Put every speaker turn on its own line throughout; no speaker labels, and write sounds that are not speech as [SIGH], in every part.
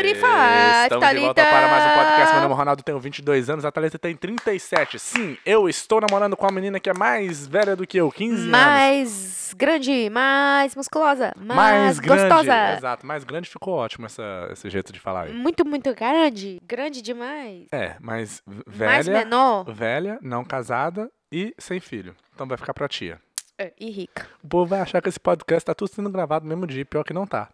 Tarifário,
Estamos de volta
Thalita.
para mais um podcast. Meu nome é Ronaldo, tenho 22 anos, a Thalita tem 37. Sim, eu estou namorando com uma menina que é mais velha do que eu, 15 anos.
Mais grande, mais musculosa, mais,
grande.
gostosa. Hum.
Exato, mais grande ficou ótimo essa- esse jeito de falar aí.
Muito, muito grande. Grande demais.
É, mais v-
Mais
velha,
menor
velha, não casada e sem filho. Então vai ficar pra tia.
É, e rica.
O povo vai achar que esse podcast tá tudo sendo gravado no mesmo dia, pior que não tá.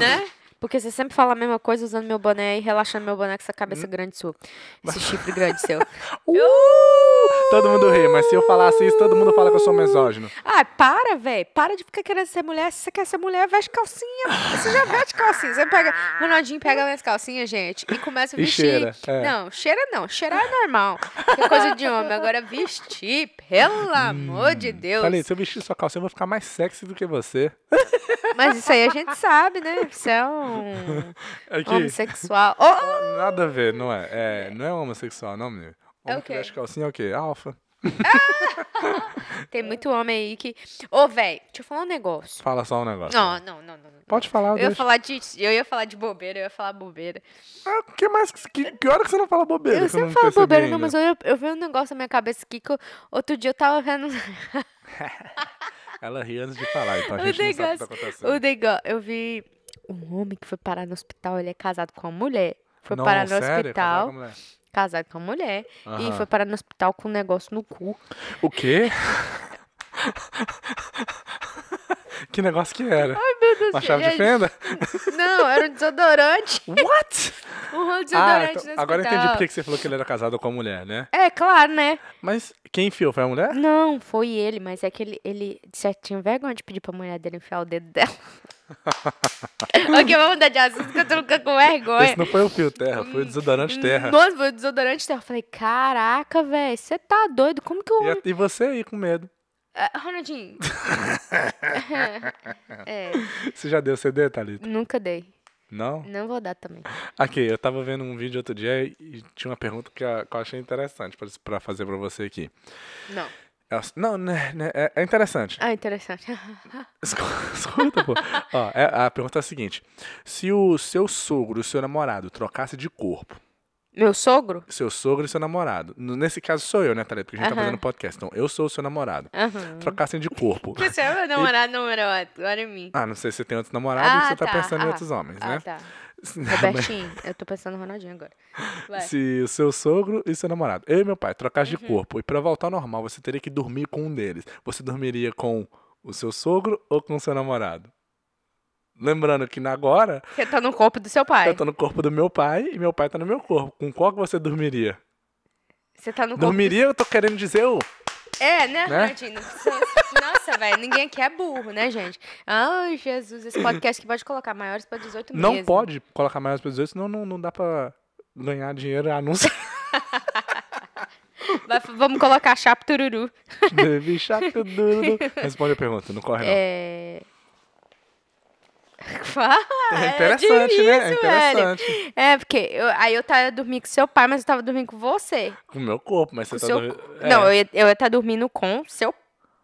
né? Porque você sempre fala a mesma coisa usando meu boné e relaxando meu boné com essa
Hum.
cabeça grande sua. Esse chifre grande
[LAUGHS]
seu.
Uh! Todo mundo ri, mas se eu falasse isso, todo mundo fala que eu sou misógino.
Ai, Ah, para, velho. Para de ficar querendo ser mulher. Se você quer ser mulher, veste calcinha. Você já veste calcinha. Você pega. Ronaldinho pega minhas calcinhas, gente, e começa a
E
vestir.
cheira, é.
Não, cheira não. Cheirar é normal. Que é coisa de homem. Agora, vestir,
Hum.
pelo amor de Deus.
Falei, se eu vestir sua calcinha, eu vou ficar mais sexy do que você.
Mas isso aí a gente sabe, né? Você é
[LAUGHS]
um
Aqui.
homossexual. Oh,
Nada a ver, não é. É, Não é homossexual, não, menino.
É
Homem
o
que
quê?
veste calcinha é o quê? Alfa.
tem muito homem aí que. Ô, velho, deixa eu falar um negócio.
Fala só um negócio.
Não, não, não, não. não.
Pode falar,
Eu ia,
deixa.
falar de, eu ia falar de bobeira, eu ia falar bobeira.
Ah, que mais? Que, que hora que você não fala bobeira?
Eu
que não
sempre falo
percebi
bobeira, não,
ainda?
mas eu, eu vi um negócio na minha cabeça aqui que eu- outro dia eu tava vendo
Ela ri antes de falar, então a
O
gente não sabe o que tá
negócio-
acontecendo.
o negócio. Eu vi um homem que foi parar no hospital, ele é casado com uma mulher. Foi
Não,
parar no
sério? é
hospital,
Casar
casado com uma mulher,
com a mulher?
e
Aham.
foi parar no hospital com um negócio no cu.
O quê? [LAUGHS] que negócio que era?
Meu Deus,
Uma chave de
gente,
fenda?
Assim, é [LAUGHS] Não, era um
[LAUGHS]
desodorante.
What?
Um rolo de
Ah,
desodorante
então-
no
agora eu entendi
hospital.
por que que você falou que ele era casado com a mulher, né?
É, claro, né?
Mas quem enfiou? Foi a mulher?
Não, foi ele, mas é que ele, ele já tinha vergonha de pedir pra mulher dele enfiar o dedo
[LAUGHS]
dela. ok, vamos mudar de assunto que eu tô ficando com vergonha.
Esse não foi o fio terra, foi o desodorante terra.
Nossa, foi o desodorante terra. Eu falei, caraca, velho, você tá doido? Como que o
E
homem.
a- E você aí com medo.
Ah,
[LAUGHS]
Ronaldinho. [LAUGHS] é,
Você já deu CD, Thalita?
nunca dei.
Não?
Não vou dar também.
Aqui, eu tava vendo um vídeo outro dia e tinha uma pergunta que a- que eu achei interessante pra- pra fazer pra você aqui.
Não.
É o s- Não, né, né, é é interessante. [LAUGHS]
Ah, interessante. [LAUGHS]
Escu- Escuta, pô. Ó, é- a pergunta é a seguinte: se o seu sogro e o seu namorado trocasse de corpo,
Meu sogro?
seu sogro e seu namorado, no- nesse caso sou eu, né, Thalita? Porque a gente tá
Aham. Hum.
fazendo podcast, então eu sou o seu namorado.
Aham.
Trocassem
[LAUGHS]
de corpo.
Você é meu namorado, namorado. Olha em mim.
Ah, não sei se você tem outros namorados ou
Ah,
você tá,
tá,
pensando em
ah,
outros homens,
Ah,
né?
tá. [LAUGHS]
Se-
Robertinho, eu tô pensando no Ronaldinho agora. Vai.
Se o seu sogro e seu namorado, eu e meu pai, trocassem
Uhum.
de corpo e pra voltar ao normal, você teria que dormir com um deles. Você dormiria com o seu sogro ou com o seu namorado? Lembrando que na agora
Você tá no corpo do seu pai.
eu tô no corpo do meu pai e meu pai tá no meu corpo. Com qual que você dormiria?
Você tá no corpo.
Dormiria, eu tô querendo dizer eu.
É, né,
Né?
Ronaldinho? Não precisa- Nossa, velho, ninguém aqui é burro, né, gente? Ai, Jesus, esse podcast que pode colocar maiores pra 18 meses.
Não pode colocar mais pessoas, senão não, não dá pra ganhar dinheiro a anúncio. [LAUGHS]
Vai- vamos colocar chapa tururu.
Baby Shark, du- du- du. Responde a pergunta, não corre não.
É. Fala,
[LAUGHS] É interessante,
difícil,
né? É
velho.
interessante.
É, porque eu- aí eu tava dormindo com seu pai, mas eu tava dormindo com você.
Com o meu corpo, mas
Com
você tá
seu...
dormindo.
co-
É,
Não, eu ia estar eu ia tá dormindo com seu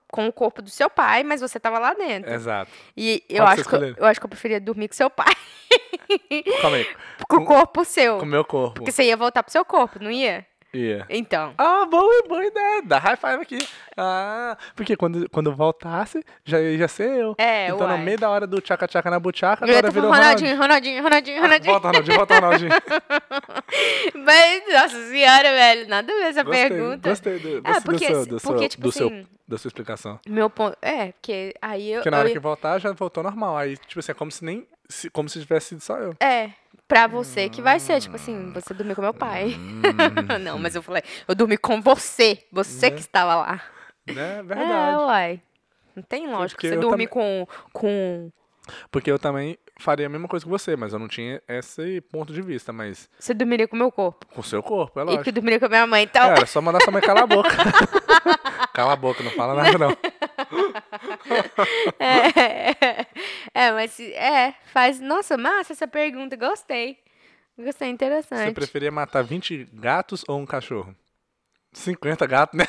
com o corpo do seu pai, mas você tava lá dentro.
Exato.
E eu
Qual
acho,
que você
que eu,
escolheu?
eu acho que eu preferia dormir com seu pai, [LAUGHS]
Calma aí.
com
Com- é
o corpo seu.
Com o meu corpo.
Porque você ia voltar pro seu corpo, não ia?
Ia.
Então.
Ah, boa, boa ideia. Dá high five aqui. Ah, porque quando, quando eu voltasse, já ia ser eu.
É,
então, no
uai.
meio da hora do tchaca-tchaca na buchaca,
Eu ia
agora
tá
virou
falando Ronaldinho, Ronaldinho, Ronaldinho,
Ah,
Ronaldinho.
Volta, Ronaldinho, volta,
[LAUGHS]
Ronaldinho.
Mas, nossa senhora, velho, nada a ver essa
Gostei,
pergunta.
gostei do,
É,
desse- do
porque,
seu-
assim-
do seu-
porque, tipo
do seu-
assim,
da sua explicação.
meu ponto. É, porque aí eu.
Porque na hora
eu
que voltar, já voltou normal. Aí, tipo assim, é como se nem. se- como se tivesse sido só eu.
É, pra você que vai ser, tipo
Hum.
assim, você dormiu com meu pai. [LAUGHS] não, mas eu falei, eu dormi com você. Você que estava lá.
Né?
É,
Verdade.
uai. Não tem lógica
porque
você
eu
dormir com, com.
Porque eu também faria a mesma coisa que você, mas eu não tinha esse ponto de vista, mas
Você dormiria com meu corpo.
com o seu corpo, é
E
lógico.
que dormiria com a minha mãe, então.
É, era só mandar sua mãe calar a boca. Cala a boca, não fala nada, não.
[LAUGHS] É, é, mas se- é, faz. Nossa, massa essa pergunta, gostei. Gostei,
Você
interessante.
preferia matar 20 gatos ou um cachorro? 50 gatos, né?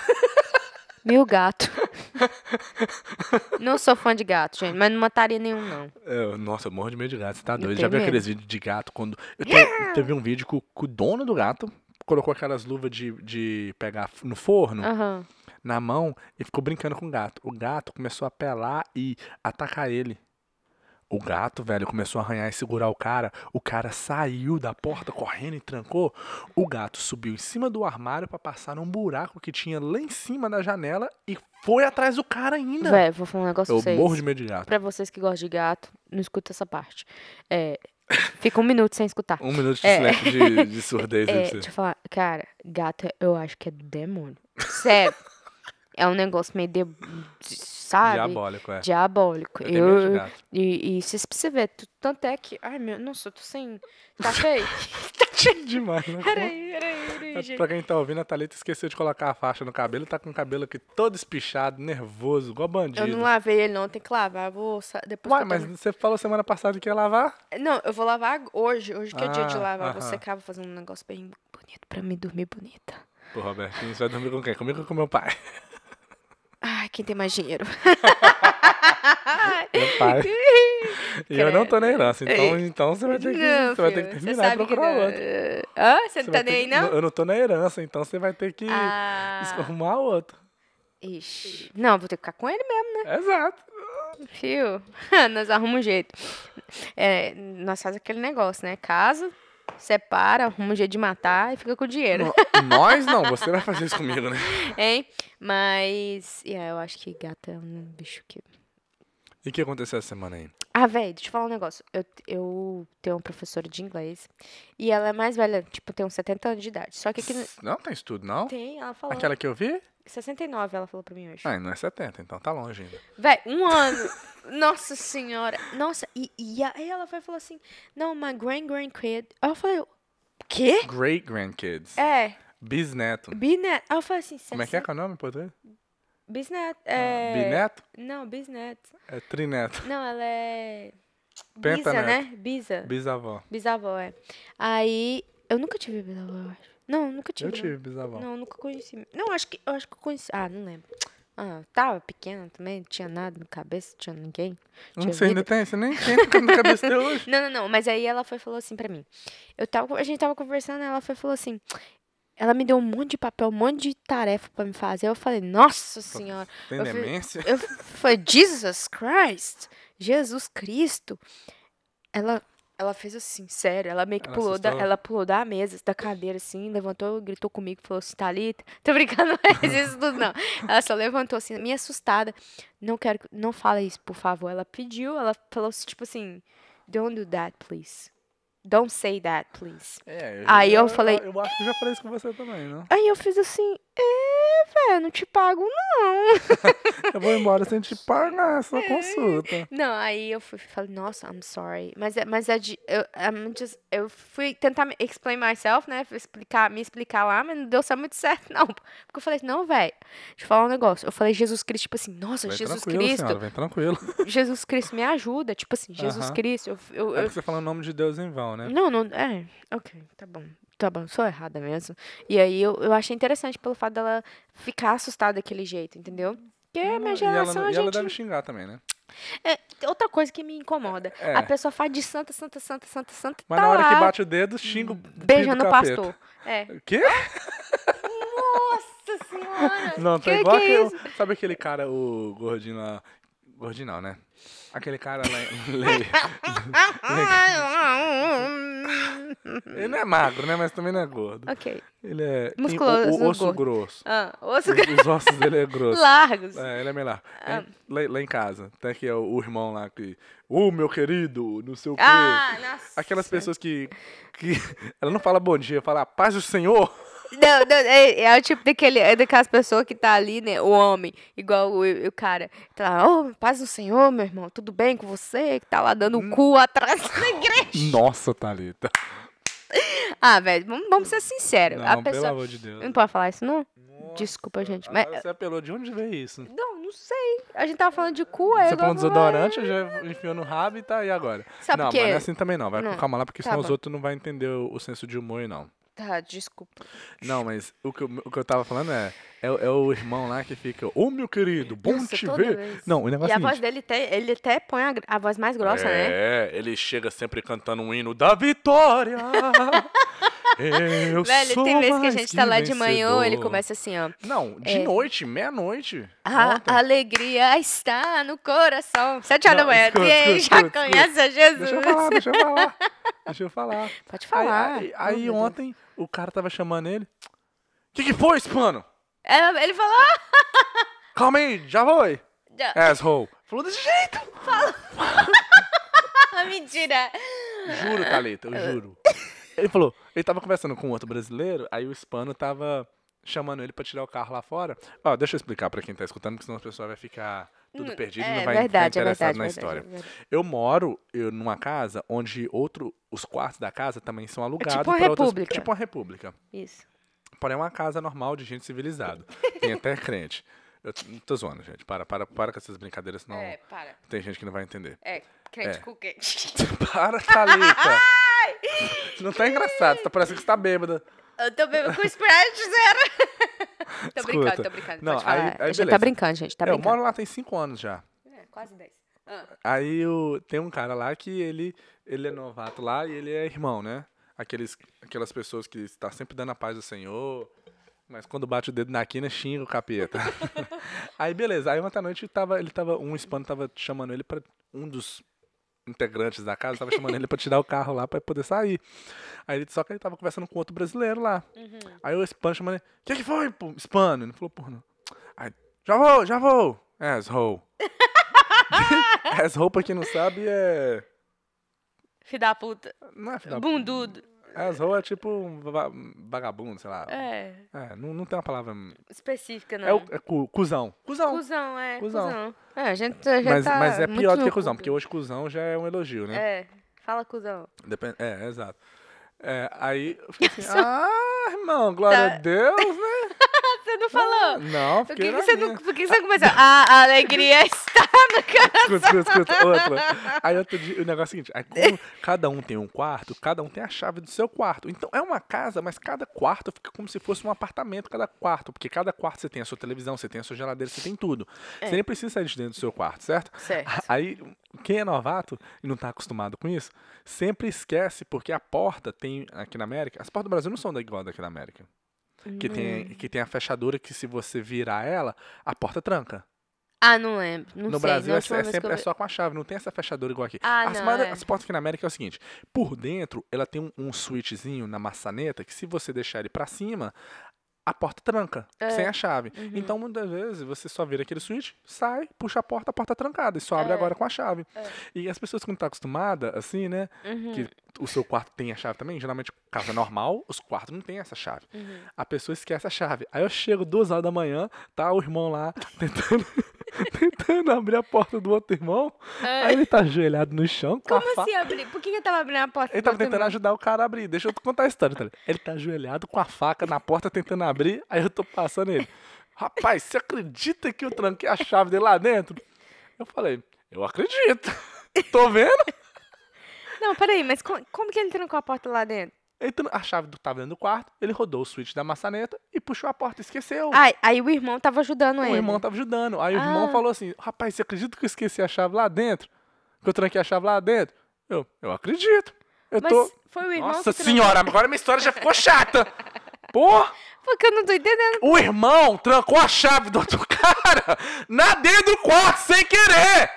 Meu gato. [LAUGHS] Não sou fã de gato, gente, mas não mataria nenhum, não.
Eu- nossa, eu morro de medo de gato, você tá
Eu
doido.
tenho
Já viu
medo.
aqueles vídeos de gato quando. Eu te- teve um vídeo que o, que o dono do gato colocou aquelas luvas de, de pegar f- no forno
Aham.
na mão e ficou brincando com o gato. O gato começou a pelar e atacar ele. O gato, velho, começou a arranhar e segurar o cara. O cara saiu da porta correndo e trancou. O gato subiu em cima do armário pra passar num buraco que tinha lá em cima da janela e foi atrás do cara ainda.
Véi, vou falar um negócio
eu
pra vocês.
morro de medo de gato.
Pra vocês que gostam de gato, não escuta essa parte. É, fica um minuto sem escutar.
Um minuto de
É.
silêncio de, de surdez aí
[LAUGHS] É,
pra você.
deixa eu falar, cara, gato eu acho que é do demônio.
[LAUGHS]
Sério. é um negócio meio de, de- sabe?
Diabólico, é.
Diabólico.
Eu tenho medo de
Eu-
gato. [LAUGHS]
e, e se você ver, tu- tanto é que. Ai, meu, nossa, eu tô sem.
[LAUGHS]
Tá feio? tá feio.
Demais, né?
Peraí, peraí, peraí, gente.
Pra quem tá ouvindo, a Thalita esqueceu de colocar a faixa no cabelo. Tá com o cabelo aqui todo espichado, nervoso, igual bandido.
Eu não lavei ele não, tem que lavar. eu Vou sa- depois que
Uai,
eu
mas você falou semana passada que ia lavar?
terminar- Não, eu vou lavar ag- hoje. Hoje que é dia de
Ah,
lavar. Eu vou
aham.
secar, vou fazer um negócio bem bonito pra mim dormir bonita.
Pô, Robertinho, você vai dormir com quem? Comigo ou com meu pai?
Ai, quem tem mais
[LAUGHS]
dinheiro? [LAUGHS]
Meu pai. e eu não tô na herança, então,
Ei.
então você vai ter que,
Não,
você vai ter
filho,
que
você
terminar e
sabe que
procurar
não.
outro.
Hã? Você
Você
não
vai
tá
ter
nem aí,
que- [LAUGHS]
não?
Eu não tô na herança, então você vai ter que es-
Ah,
arrumar outro.
ixi. Não, vou ter que ficar com ele mesmo,
Exato.
fio. [LAUGHS] nós arrumamos um jeito. É, nós faz aquele negócio, né? Casa, separa, arruma um jeito de matar e fica com o dinheiro,
No- nós não, você vai fazer isso comigo, né?
hein? Mas, yeah, eu acho que gato é um bicho que...
E o que aconteceu essa semana aí?
Ah, velho, deixa eu falar um negócio. Eu, eu tenho uma professora de inglês e ela é mais velha, tipo, tem uns 70 anos de idade. Só que aqui no-
Não tem estudo, não?
tem, ela falou.
Aquela que eu vi?
69 ela falou pra mim hoje.
Ah, não é 70, então tá longe ainda.
Véi, um ano. Nossa senhora. Nossa, e, e aí ela foi e falou assim: Não, my grand grandkid. Aí eu falei: Quê?
Great Grandkids.
É,
Bisneto.
bisnet. Aí eu falei assim:
Como é Ah, que é que é o nome em português?
Bisnet. É...
Bineto?
Não, bisnet.
É trineto.
Não, ela é. Bisa,
Pentaneto.
né? Bisa.
Bisavó.
Bisavó, é. Aí. Eu nunca tive bisavó, eu acho. Não, nunca tive.
Eu
não.
tive bisavó.
Não, eu nunca conheci. Não, acho que, eu acho que eu conheci. Ah, não lembro. Ah, tava pequena também, não tinha nada na cabeça, não tinha ninguém.
Não,
tinha
sei, ainda tem. Você nem tem fica na cabeça
[LAUGHS]
até hoje.
Não, não, não. Mas aí ela foi e falou assim pra mim. Eu tava, con- a gente tava conversando, ela foi e falou assim. Ela me deu um monte de papel, um monte de tarefa pra me fazer. Eu falei, nossa senhora.
Tem
Eu fui-
demência?
Eu falei, Jesus Christ! Jesus Cristo! Ela, ela fez assim, sério. Ela meio que
Ela
pulou da,
assustou?
ela pulou da mesa, da cadeira, assim, levantou, gritou comigo, falou assim, Thalita. Tô brincando, [LAUGHS] não fez isso tudo, não. Ela só levantou assim, me assustada. Não quero, que- não fala isso, por favor. Ela pediu, ela falou assim, tipo assim, don't do that, please. Don't say that, please.
É,
Aí eu falei-
Eu, acho que eu já falei isso com você também, não?
Aí eu fiz assim, é, velho, não te pago, não.
Eu vou embora sem te pagar essa
É.
consulta.
Não, aí eu fui falei, nossa, I'm sorry. Mas, é- mas é de. Eu, I'm just- eu fui tentar me explain myself, né? fui Explicar, me explicar lá, mas não deu só muito [LAUGHS] certo, não. Porque eu falei, não, velho, deixa eu falar um negócio. Eu falei, Jesus Cristo, tipo assim, nossa,
Vem
Jesus
tranquilo,
Cristo,
senhora, vem tranquilo.
[LAUGHS] Jesus Cristo me ajuda. Tipo assim, Jesus
Aham.
Cristo, eu- eu-
É
eu
porque você fala o nome de Deus em vão, né?
não, não. É, ok, tá bom. Tá bom, sou errada mesmo. E aí eu, eu achei interessante pelo fato dela ficar assustada daquele jeito, entendeu? Porque a minha
e ela,
geração,
não- e
a
ela
gente.
deve xingar também, né?
É, outra coisa que me incomoda.
É.
A pessoa faz de santa, santa, santa, santa, santa.
Mas
tá
na hora que
lá,
bate o dedo, xinga o filho do
Beijando o
capeta.
pastor. É.
O quê?
Nossa senhora!
[LAUGHS] Não, tá
que,
igual
que é
aquele.
isso?
Sabe aquele cara, o gordinho lá. Gordinho não, né? Aquele cara lá.
[LAUGHS]
ele- ele não é magro, né? Mas também não é
[LAUGHS]
gordo.
ok.
Ele é. tem o-
Musculoso,
O, osso
gordo.
grosso.
Ah, osso Ah.
Os, os ossos dele é
[LAUGHS]
grosso.
largos.
É, ele é melhor. Tem- lá, lá em casa. Tem aqui o, o irmão lá que. Ô, meu querido, não sei o quê.
Ah, nossa.
Aquelas pessoas que, que. [LAUGHS] Ela não fala bom dia, fala "A paz do Senhor.
[LAUGHS] Não, não, é, é o tipo daquele, é daquelas pessoas que tá ali, né? O homem, igual o, o cara. Tá lá, ô, paz do Senhor, meu irmão, tudo bem com você? Que tá lá dando
Hum.
o cu atrás [LAUGHS] da igreja.
Nossa, Thalita.
Ah, velho, vamos, vamos ser sinceros.
Não,
a
pelo
pessoa.
amor de Deus.
Não pode falar isso, não? Desculpa, gente. Mas,
Agora Você apelou de onde veio isso?
não, não sei. A gente tava falando de cu, aí
Você põe
agora.
um desodorante, já enfiou no rabo e tá aí agora.
Sabe
não,
por quê?
mas não é assim também não. Vai
Não.
com calma lá, porque
Tá
senão os
bom.
outros não vão entender o, o senso de humor, não.
Tá, desculpa.
Não, mas o que, eu- o que eu tava falando é, é. o- é o irmão lá que fica. Ô, meu querido, bom
Nossa,
te
toda
ver.
vez.
Não, o negócio
E
é
a
o seguinte,
voz dele, até- ele até põe a, gr- a voz mais grossa, né?
É, ele chega sempre cantando um hino
[LAUGHS]
da vitória. Eu
Velho,
sou
tem vezes que a
mais
gente tá lá de manhã, ele
vencedor.
começa Ah, assim, ó.
Não, de noite, meia-noite.
A
ontem.
alegria está no coração. Sete horas
Não,
da manhã.
escuta,
e aí,
escuta,
já
escuta.
conhece a
Deixa eu
Jesus?
falar, deixa eu falar. Deixa eu falar.
[LAUGHS] Pode
Aí-
falar.
Aí,
Oh,
aí
meu Deus.
ontem o cara tava chamando ele. Que que foi, Spano?
Ela- Ele falou. "Ah,
Calma aí, já foi.
já-
Asshole. Falou desse jeito.
Ah, mentira.
É. Juro, Thalita, eu juro. Ele falou, ele tava conversando com outro brasileiro, aí o hispano tava chamando ele pra tirar o carro lá fora. Ó, deixa eu explicar pra quem tá escutando, porque senão a pessoa vai ficar tudo perdido e não
É
vai ficar
verdade, é verdade.
interessado na
verdade,
história.
é verdade.
Eu moro eu, numa casa onde outro, os quartos da casa também são alugados
tipo uma
pra outras-
república.
tipo uma república.
Isso.
Porém, é uma casa normal de gente civilizada.
[LAUGHS]
Tem até crente. Eu t- tô zoando, gente. Para, para, para com essas brincadeiras, não.
É, para.
Tem gente que não vai entender. [LAUGHS]
É, crente com crente.
Para,
[LAUGHS]
Thalita! não tá engraçado, tá parecendo que você tá bêbada.
Eu tô bebendo com Sprite
[LAUGHS]
zero. tô brincando,
Escuta.
tô brincando.
Não,
pode falar.
aí- aí
a gente
beleza.
tá brincando, gente. Tá
eu
brincando.
moro lá tem cinco anos já.
É, quase dez. Ah,
Aí o- tem um cara lá que ele, ele é novato lá e ele é irmão, né? Aqueles, aquelas pessoas que está sempre dando a paz do Senhor, mas quando bate o dedo na quina, xinga o capeta. [LAUGHS] aí beleza, aí ontem à noite tava, ele tava, um hispano tava chamando ele para um dos integrantes da casa, tava chamando ele para tirar o carro lá para poder sair. Aí ele, só que ele tava conversando com outro brasileiro lá. Aí o hispano chamando ele, que que foi, pô, hispano? Ele falou, porra, não. Aí, já vou, já vou, asshole. [LAUGHS] As roupas que não sabe é.
filho da puta.
Não é final.
Bundudo.
As roupas é tipo um va- vagabundo, sei lá. É,
É,
não, não tem uma palavra.
específica, não.
É, o, é cu- cuzão. Cuzão.
Cusão, é.
Cuzão.
Cusão. É, a gente já
mas,
tá
mas é
muito
pior do que
no
cuzão,
cu.
porque hoje cuzão já é um elogio, né?
É, fala cuzão.
Depen- É, exato. É, aí eu fiquei
[LAUGHS]
assim, ah, irmão, glória a
Tá.
Deus,
[LAUGHS]
né?
Você não falou.
Não, é
Por
fiquei
que,
na
que você não,
minha.
por que que você começou? Ah, A alegria [LAUGHS] está no coração.
Escuta, escuta, escuta, outra. Aí outro dia, o negócio é o seguinte, aí como cada um tem um quarto, cada um tem a chave do seu quarto. Então é uma casa, mas cada quarto fica como se fosse um apartamento, cada quarto. Porque cada quarto você tem a sua televisão, você tem a sua geladeira, você tem tudo. Você nem precisa sair de dentro do seu quarto, certo?
Certo.
Aí, quem é novato e não tá acostumado com isso, sempre esquece, porque a porta tem aqui na América. As portas do Brasil não são da igual daqui na América. Que
Hum.
tem, que tem a fechadura que, se você virar ela, a porta tranca.
Ah, não lembro. Não
No
sei.
Brasil
na
é,
última
é
vez que
sempre
eu
é
vi-
só com a chave, não tem essa fechadura igual aqui.
Ah,
as,
não,
maiores-
é.
as portas aqui na América é o seguinte: por dentro ela tem um, um switchzinho na maçaneta que se você deixar ele pra cima, a porta tranca,
É.
sem a chave.
Uhum.
Então muitas vezes você só vira aquele switch, sai, puxa a porta, a porta trancada e só abre
É.
agora com a chave.
É.
E as pessoas que não estão acostumadas, assim, né?
Uhum,
Que o seu quarto tem a chave também, geralmente casa normal, os quartos não tem essa chave.
uhum.
A pessoa esquece a chave. Aí eu chego duas horas da manhã, tá o irmão lá tentando, [LAUGHS] tentando abrir a porta do outro irmão.
Ah,
Aí ele tá ajoelhado no chão com a
Como
faca.
assim abrir? Por que que eu tava abrindo a porta?
Ele
do
tava
outro
tentando
irmão?
ajudar o cara a abrir. Deixa eu contar a história. Tá? Ele tá ajoelhado com a faca na porta tentando abrir. Aí eu tô passando ele. Rapaz, você acredita que eu tranquei a chave dele lá dentro? Eu falei, eu acredito. Tô vendo.
Não, peraí, mas co- como que ele trancou a porta lá dentro?
Ele tran- a chave do tava dentro do quarto. Ele rodou o switch da maçaneta e puxou a porta. Esqueceu.
Ai, aí o irmão tava ajudando ele.
O irmão tava ajudando. Aí o irmão
é. Ah.
falou assim: Rapaz, você acredita que eu esqueci a chave lá dentro? Que eu tranquei a chave lá dentro? Eu, eu acredito. Eu
Mas
tô.
foi o irmão
Nossa
que trancou.
senhora, agora minha história já
[LAUGHS]
ficou chata. Pô,
Porque eu não tô entendendo.
o irmão trancou a chave do outro cara na dentro do quarto
[LAUGHS]
sem querer.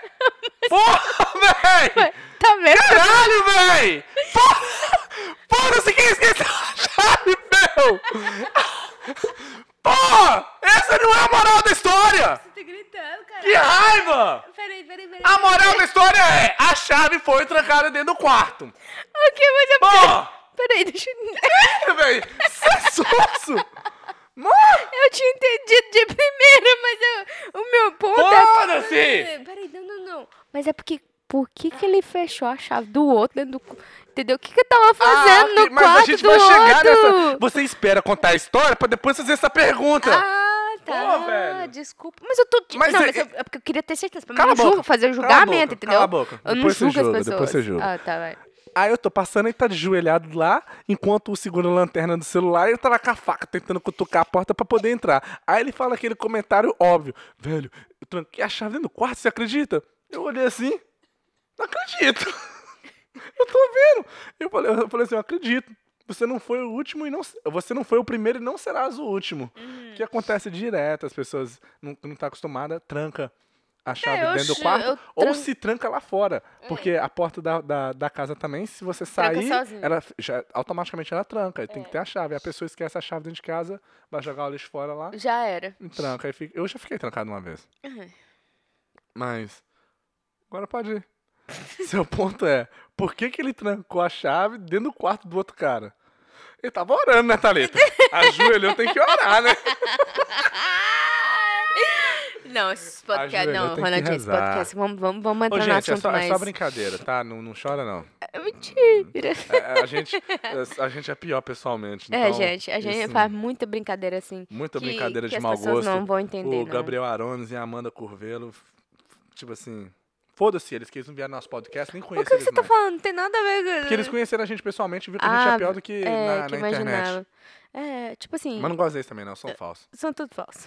Porra, véi!
Tá vendo?
Caralho, véi! Porra! Porra, você quer esquecer a chave, meu! Porra! Essa não é a moral da história!
Você tá gritando,
Que
cara.
raiva!
Peraí, peraí, peraí.
A moral da história é: a chave foi trancada dentro do quarto.
Ok, mas é
Pô!
Peraí, deixa
[LAUGHS]
eu...
Véi, cê é sonso! Mano,
Eu tinha entendido de primeira, mas eu- o meu ponto é...
Foda-se!
Peraí, não, não, não. Mas é porque... Por que que ele fechou a chave do outro dentro do... cu- Entendeu? O que que eu tava fazendo
Ah, ok,
no quarto do outro?
nessa. Você espera contar a história pra depois fazer essa pergunta.
Ah, tá.
Pô, velho.
Desculpa. Mas eu tô... tipo,
Mas
não,
é-
mas eu, é porque eu queria ter certeza. Pra mim
Cala
não
a boca,
julgo, fazer o
cala a
julgamento,
boca,
entendeu?
cala a boca.
Eu não
Depois você
julgo as
julga,
pessoas.
depois você julga.
Ah, tá, vai.
Aí eu tô passando, ele tá de joelhado lá, enquanto o segura a lanterna do celular, ele tá lá com a faca, tentando cutucar a porta pra poder entrar. Aí ele fala aquele comentário óbvio. Velho, eu tranquei a chave dentro do quarto, você acredita? Eu olhei assim, não acredito. [LAUGHS] Eu tô vendo. Eu falei, eu falei assim, eu acredito. Você não foi o último e não. se- Você não foi o primeiro e não serás o último.
Uhum.
Que acontece direto, as pessoas não, não tá acostumada, tranca a chave
É, eu
dentro do
chu-
quarto
eu
ou
tran-
se tranca lá fora. Porque a porta da, da, da casa também, se você
É. Tranca É.
sair,
sozinho.
ela já, automaticamente ela tranca. e Tem que ter a chave. A pessoa esquece a chave dentro de casa, vai jogar o lixo fora lá
Já era. [LAUGHS]
e tranca. Aí fica- Eu já fiquei trancado uma vez.
Uhum.
Mas. Agora pode ir. [LAUGHS] Seu ponto é, por que, que ele trancou a chave dentro do quarto do outro cara? Ele tava orando, né,
[LAUGHS]
Thalita? Ajoelhou, tem que orar, né?
Não, esses podcasts.
Ajoelhou,
Não,
tem que
Ronaldinho, esses
rezar.
podcasts. Vamos, vamos, vamos
Ô,
entrar no
gente, é
assunto
só, é
mais.
só brincadeira, tá? Não, não chora, não.
É Mentira.
É, a, gente, a gente é pior pessoalmente.
É,
então,
gente, a gente
isso-
faz muita brincadeira assim.
Muita
que-
brincadeira
que
de
as
mau
pessoas
gosto.
não né? vão entender,
o
não.
Gabriel Arones e a Amanda Curvelo, f- f- tipo assim, foda-se eles, que eles não vieram no nosso podcast, nem
O
conhecem
que
eles
você tá
mais.
falando? Não tem nada a ver com.
Porque eles conheceram a gente pessoalmente e viram que a gente é
Ah,
pior do que
é,
na,
que
na internet.
imaginava. É, tipo assim,
Mas não gosto deles também, não, É são falsos.
são tudo falsos.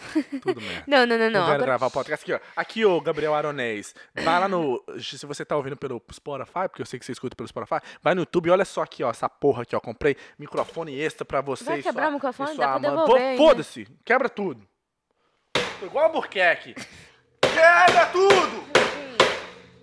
[LAUGHS]
Tudo merda.
Não, não, não,
Não,
não.
vieram
Agora,
gravar o podcast aqui, ó. Aqui, ô, Gabriel Aronês. Vai lá no. Se você tá ouvindo pelo Spotify, porque eu sei que você escuta pelo Spotify, vai no YouTube e olha só aqui, ó, essa porra aqui, ó. Comprei microfone extra pra vocês.
Vai quebrar o microfone? Tá Dá pra devolver né?
Vou,
ainda.
foda-se, quebra tudo. Tô igual a Burqueque. Quebra tudo!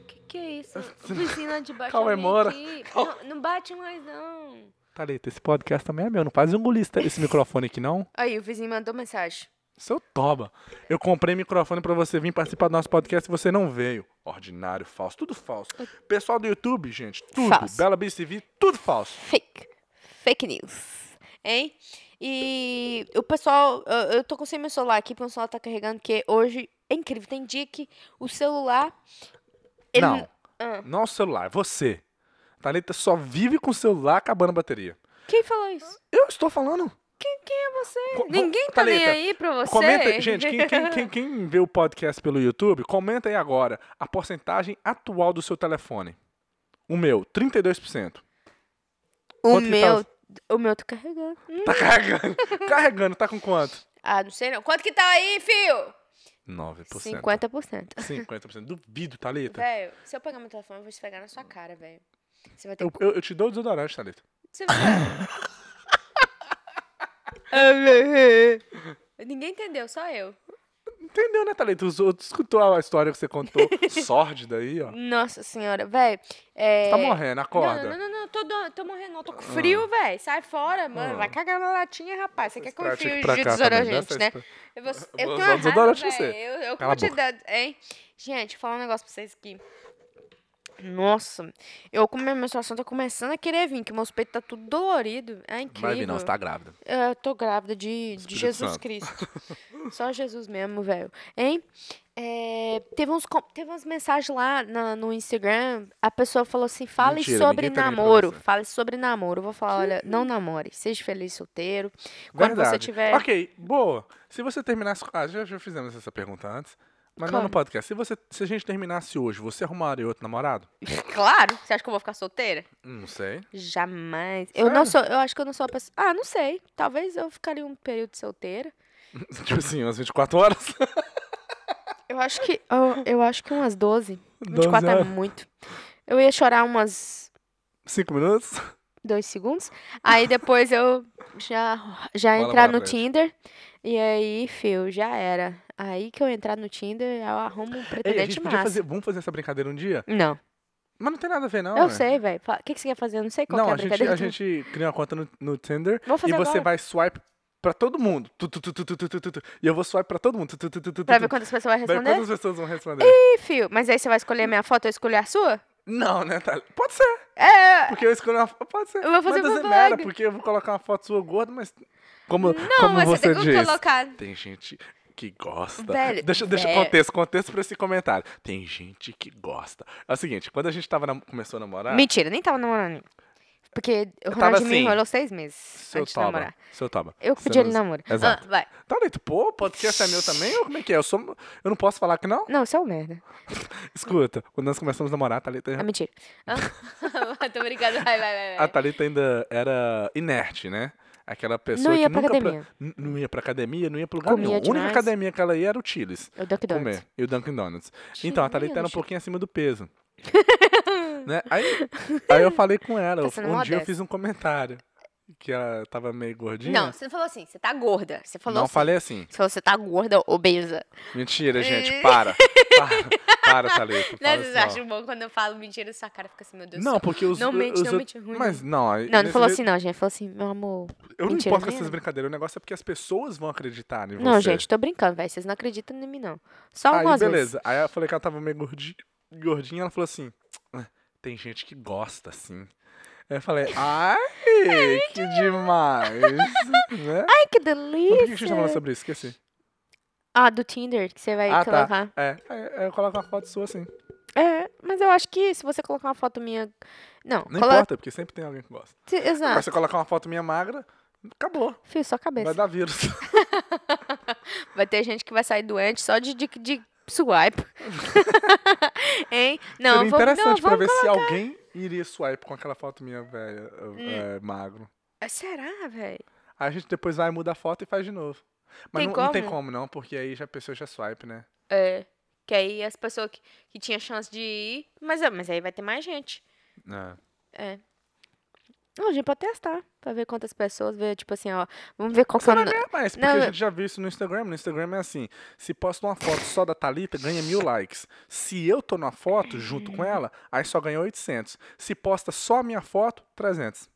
que que é isso? Vizinha de baixo.
Calma aí,
alguém
Mora.
aqui. Não, não bate mais, não.
Thalita, esse podcast também é meu. Não faz engolir esse- esse microfone aqui, não.
Aí, o vizinho mandou mensagem.
Seu toba. Eu comprei microfone pra você vir participar do nosso podcast e você não veio. Ordinário, falso, tudo falso. Pessoal do YouTube, gente, tudo.
Falso.
Bela BCV, tudo falso.
Fake. Fake news. Hein? E o pessoal, eu, eu tô com sem meu celular aqui, porque o celular tá carregando, porque hoje é incrível. Tem dia que o celular. ele-
Não,
Ah,
não é o celular, é você. Thalita só vive com o celular acabando a bateria.
quem falou isso?
Eu estou falando.
É você.
Co- co-
Ninguém tá
Thalita,
nem aí pra você. é.
Comenta, aí, gente, quem, quem- quem- quem vê o podcast pelo YouTube, comenta aí agora a porcentagem atual do seu telefone. O meu, 32%.
O
Quanto que tá
meu, o meu tá carregando.
Tá carregando. carregando, tá com quanto?
Ah, não sei não. Quanto que tá aí, fio?
9%.
50%.
50%. Duvido, Thalita.
Velho, se eu pegar meu telefone, eu vou esfregar na sua cara, velho. Você vai ter
Hum. Eu,
que...
eu- eu te dou o desodorante, Thalita.
Você
[LAUGHS] É
vai... Ninguém entendeu, só eu.
Entendeu, né, Thalita? Os outros escutou a história que você
[LAUGHS]
contou, sórdida aí, ó.
Nossa senhora, velho. É...
Tá morrendo, acorda.
Não, não, não, não, não, tô, do- tô morrendo, não. Tô com frio, velho. Sai fora, mano.
Ah.
Vai cagar na latinha, rapaz. Você quer que eu
Esse
enfie
pratinho
o
pra
de
cá também, dá
desodorante,
essa
né?
espa-
Eu, vou, eu
Eu
tenho
vou usar
uma
o desodorante
raiva,
em você.
véi. Eu, eu
Cala
vou
a
te
boca.
dar, hein? Gente, vou falar um negócio pra vocês aqui. Nossa, eu com minha menstruação tá começando a querer vir, que meus peitos tá tudo dolorido. É incrível.
Vai vir, não, você tá grávida.
Eu tô grávida de, de
Espírito
Jesus
Santo. [LAUGHS]
Cristo. Só Jesus mesmo, velho. Hein? É, teve, uns, com- teve umas mensagens lá na- no Instagram. A pessoa falou assim: fale
Mentira,
sobre
ninguém tá nem pra
namoro.
você.
Fale sobre namoro. Eu vou falar: olha, não namore. Seja feliz
[LAUGHS]
solteiro. Quando
Verdade.
você tiver.
Ok, boa. Se você terminasse. Ah, já, já fizemos essa pergunta antes. Mas não
Como?
no podcast. Se, você, se a gente terminasse hoje, você arrumaria outro namorado?
Claro! Você acha que eu vou ficar solteira?
Hum, Não sei.
Jamais. Eu não sou. Eu acho que eu não sou a pessoa. Ah, não sei. Talvez eu ficaria um período solteira.
[LAUGHS] tipo assim, umas
[LAUGHS]
24 horas.
Eu acho que. Eu, eu acho que umas 12.
12
24 é
horas.
muito. Eu ia chorar umas.
5 minutos?
dois segundos. Aí depois eu já, já
Bola
entrar
pra
no
frente.
Tinder. E aí, fio, já era. Aí que eu entrar no Tinder, eu arrumo um
Ei, a
pretendente
gente podia
massa.
fazer. Vamos fazer essa brincadeira um dia?
Não,
Mas não tem nada a ver, não.
eu
né?
sei, velho. O que, que você quer fazer? Eu não sei qual que
Não,
é
a
a
gente, a
brincadeira.
gente cria uma conta no, no Tinder
Vou fazer
e você
agora.
vai swipe pra todo mundo. Tu, tu, tu, tu, tu, tu, tu, tu, tu. E eu vou swipe pra todo mundo. Tu, tu, tu, tu, tu,
Pra
tu,
ver
tu.
quantas pessoas vai
Daí
responder?
quantas pessoas vão responder?
Ih, fio, mas aí você vai escolher a minha foto, eu escolher a sua?
Não, né, Thalita? Pode ser.
É,
Porque eu escolhi uma foto. Pode ser.
Eu vou fazer
mas
uma
doesn't matter,
vlog.
porque eu vou colocar uma foto sua gorda, mas. Como,
não,
como
mas
você,
você tem que
diz.
colocar.
Tem gente que gosta.
Velho, é.
deixa deixa
velho.
contexto, contexto pra esse comentário. Tem gente que gosta. É o seguinte, quando a gente tava nam- começou a namorar.
Mentira, nem tava namorando. Porque o
tava
Ronaldinho me
assim.
enrolou seis meses
Seu
antes de
toba.
namorar.
Seu toba.
Eu que
Você
pedi ele
não-
em namoro. Ah,
Exato.
vai.
Tá, Leito, pô, pode ser essa é meu também? Ou como é que é? Eu, sou, eu não posso falar que não?
Não, isso é um merda.
Escuta, quando nós começamos a namorar, a Thalita,
É mentira. Ah, [LAUGHS] Tô brincando. Vai, vai, vai.
a
vai.
Ah, Thalita ainda era inerte, né? Aquela pessoa
ia
que
pra
nunca
academia.
N- não ia pra academia, não ia pro lugar
Comia
nenhum. A única
demais.
academia que ela ia era o Chili's.
O Duck Donuts.
comer. E o Dunkin' Donuts. Então, a Thalita era um
Gente.
pouquinho acima
[LAUGHS]
do peso. né? aí, aí eu falei com ela.
Tá
eu-
sendo
um dia eu
modesta.
fiz um comentário. Que ela tava meio gordinha.
Não, você não falou assim. Você tá gorda. Você falou
Não
assim.
falei assim.
Você falou, você tá gorda, obesa.
Mentira,
[LAUGHS]
gente. Para. Para, para Thalita.
Não,
fala
vocês
assim, ó.
acham Né, bom quando eu falo mentira, sua cara fica assim, meu Deus do
Não,
céu.
porque os.
Não mente,
os
não
outros-
mente ruim.
Mas não. aí-
Não, não
nesse
falou
meio-
assim não, gente. Falou assim, meu amor.
Eu não
Mentira,
importo com
não é?
essas brincadeiras. O negócio é porque as pessoas vão acreditar em você.
Não, gente, um tô brincando, velho. Vocês não acreditam em mim, não. Só
Aí,
umas vezes.
beleza. Aí eu falei que ela tava meio gordinha, gordinha ela falou assim: "Ah, tem gente que gosta, assim. Aí eu falei, ai, que demais. [LAUGHS] né?
Ai, que
Mas por que a gente tá falando
delícia.
sobre isso? Esqueci.
Ah, do Tinder, que você vai
Ah, tá.
colocar.
É, aí aí eu coloco uma foto sua assim.
É, mas eu acho que se você colocar uma foto minha... Não,
Não
coloca...
importa, porque sempre tem alguém que gosta. Mas
Exato.
se eu colocar uma foto minha magra, acabou.
Fio, só cabeça.
Vai dar vírus.
Vai ter gente que vai sair doente só de, de, de
[LAUGHS]
swipe. hein? Não,
Seria
vamos, não,
interessante pra
vamos
ver se alguém iria swipe com aquela foto minha velha,
Hum.
eh, magro.
colo- Ah, Será, velho?
Aí a gente depois vai mudar a foto e faz de novo. Mas
Tem
não, não tem
como?
como, não, porque aí já a pessoa já swipe, né?
É. Que aí as pessoas que, que tinha chance de ir... Mas, é, mas aí vai ter mais gente.
É.
É. Não, a gente pode testar. Pra ver quantas pessoas, ver, tipo assim, ó... Vamos ver qual que é
Você
o...
vai
nu-
ganhar mais, porque
Não,
a
eu-
gente já viu isso no Instagram. No Instagram é assim: se posta uma foto só da Thalita, ganha mil likes. Se eu tô na foto junto com ela, aí só ganha 800. Se posta só a minha foto, 300.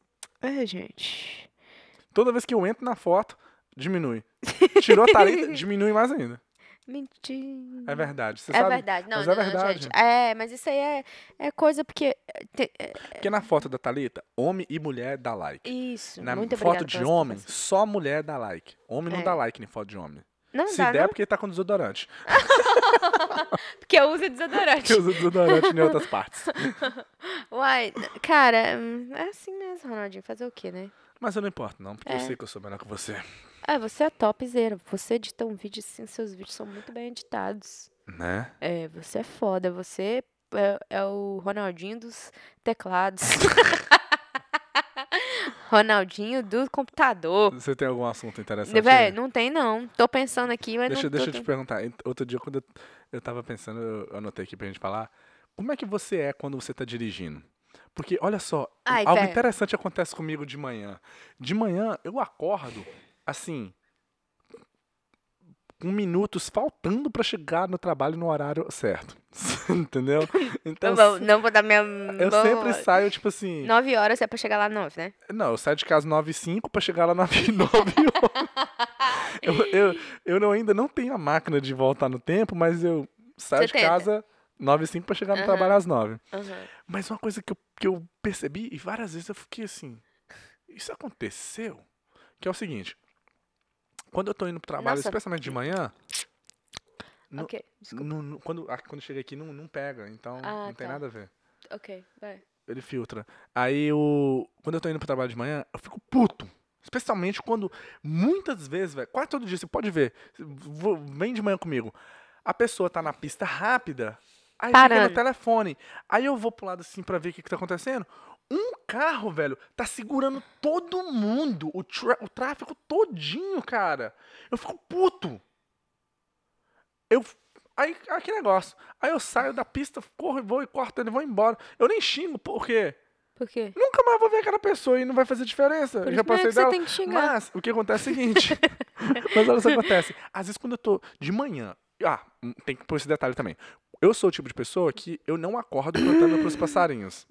É, gente...
Toda vez que eu entro na foto, diminui. Tirou a
[LAUGHS]
Thalita, diminui mais ainda.
Mentira.
É verdade. Você
é
sabe?
verdade, não,
mas é
não,
verdade.
gente. É, mas isso aí é, é coisa porque. é, te- é,
Porque na foto da Thalita, homem e mulher dá like.
Isso.
Na
muito
foto
obrigada
de
pelas
homem,
informações.
só mulher dá like. Homem não
É.
dá like em foto de homem.
Não
Se
dá,
der, é
não?
porque tá com desodorante.
Porque eu uso desodorante.
Porque usa desodorante em outras
[LAUGHS]
partes.
Uai, cara, hum, é assim mesmo, Ronaldinho. Fazer o quê, né?
Mas eu não importo, não, porque eu
É.
sei que eu sou melhor que você.
Ah, você é topzera. Você edita um vídeo assim, seus vídeos são muito bem editados.
Né?
É, você é foda. Você é, é o Ronaldinho dos teclados. [LAUGHS] Ronaldinho do computador.
Você tem algum assunto interessante?
Véi,
aí?
não tem não. Tô pensando aqui, mas
é deixa
Né, não
deixa
tô
eu te perguntar. Ent- Outro dia, quando eu, eu tava pensando, eu anotei aqui pra gente falar. Como é que você é quando você tá dirigindo? Porque, olha só,
Ai,
algo
velho.
interessante acontece comigo de manhã. De manhã, eu acordo, assim, com minutos faltando pra chegar no trabalho no horário certo. [LAUGHS]
[LAUGHS]
Entendeu?
Tá
Então,
Não vou, não vou dar minha.
eu sempre saio, tipo assim...
9 horas é pra chegar lá 9, né?
Não, eu saio de casa 9 h 05 pra chegar lá 9 h 09 um.
[LAUGHS]
eu, eu, eu não- ainda não tenho a máquina de voltar no tempo, mas eu saio
Você
de
tenta.
casa 9 h 05 pra chegar no
Aham.
trabalho às 9. Mas uma coisa que eu, que eu percebi, e várias vezes eu fiquei assim, isso aconteceu? Que é o seguinte, quando eu tô indo pro trabalho,
Nossa.
especialmente de manhã, No-
Ok,
não- não- quando, ah, quando eu cheguei aqui não, não pega, então
Ah,
não tem
tá.
nada a ver.
ok, vai.
Ele filtra. Aí o. Quando eu tô indo pro trabalho de manhã, eu fico puto. Especialmente quando. Muitas vezes, velho, quase todo dia, você pode ver. vo- Vem de manhã comigo. A pessoa tá na pista rápida. Aí fica
Parando.
no telefone. Aí eu vou pro lado assim pra ver o que, que tá acontecendo. Um carro, velho, tá segurando todo mundo. O, tra- o tráfego todinho, cara. Eu fico puto. Eu. Aí, aí que negócio. Aí eu saio da pista, corro e vou e corto ele, vou embora. Eu nem xingo, porque
Por quê?
nunca mais vou ver aquela pessoa e não vai fazer diferença.
Por
eu
isso
já
mesmo
passei
que você
dela.
tem que xingar.
Mas o que acontece é
[LAUGHS]
o seguinte. mas olha só o que acontece. Às vezes quando eu tô de manhã. Ah, hum, tem que pôr esse detalhe também. Eu sou o tipo de pessoa que eu não acordo cantando
[LAUGHS]
pros passarinhos.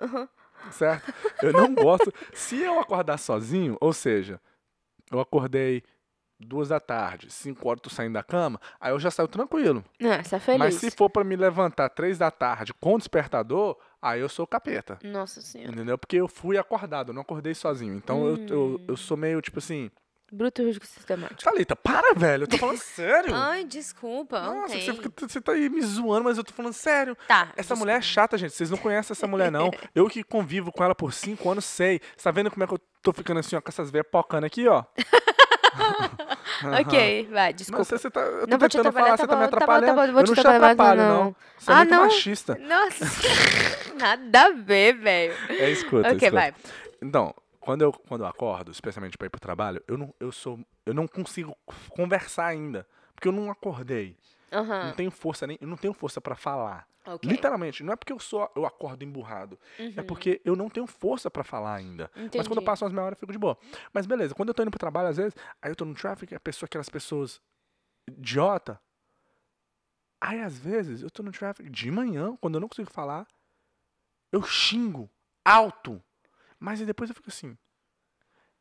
Certo? Eu não gosto. Se eu acordar sozinho, ou seja, eu acordei duas da tarde, cinco horas eu tô saindo da cama, aí eu já saio tranquilo.
Não, você é feliz.
Mas se for pra me levantar três da tarde com despertador, aí eu sou capeta.
Nossa senhora. Hum.
Entendeu? Porque eu fui acordado, eu não acordei sozinho. Então eu, eu, eu sou meio tipo assim.
Bruto risco sistemático.
Thalita, para, velho. Eu
[LAUGHS]
tô falando sério.
Ai, desculpa. Ah,
Nossa,
ok.
você, fica- você tá aí me zoando, mas eu tô falando sério.
Tá.
Essa
desculpa.
mulher é chata, gente. Vocês não conhecem essa
[LAUGHS]
mulher, não. Eu que convivo com ela por cinco anos, sei. Você tá vendo como é que eu tô ficando assim, ó, com essas veias pocando aqui,
[LAUGHS]
ó?
Ok, vai,
Mas
desculpa.
você, você tá, eu tô
Não vou te
tentando falar,
atrapalhar,
você
tá
tá
bom,
me
tá bom, tá
atrapalhando.
bom, não vou
eu
te
não te
atrapalhar mais,
atrapalho,
não.
não. Você é
Ah,
muito
não.
machista.
Nossa, [LAUGHS] nada a ver, velho.
É, escuta,
Ok,
escuta.
vai.
Então, quando eu, quando eu acordo, especialmente pra ir pro trabalho, eu não, eu, sou, eu não consigo conversar ainda. Porque eu não acordei. Não
Aham,
tenho força nem. Eu não tenho força pra falar.
Ah. ok. Uhum,
Literalmente, não é porque eu sou eu acordo emburrado, é porque eu não tenho força pra falar ainda. Mas quando
Entendi.
eu passo umas meia hora, eu fico de boa. Mas beleza, quando eu tô indo pro trabalho, às vezes, aí eu tô no traffic, a pessoa, aquelas pessoas idiota. Aí às vezes eu tô no traffic de manhã, quando eu não consigo falar, eu xingo alto. Mas aí depois eu fico assim,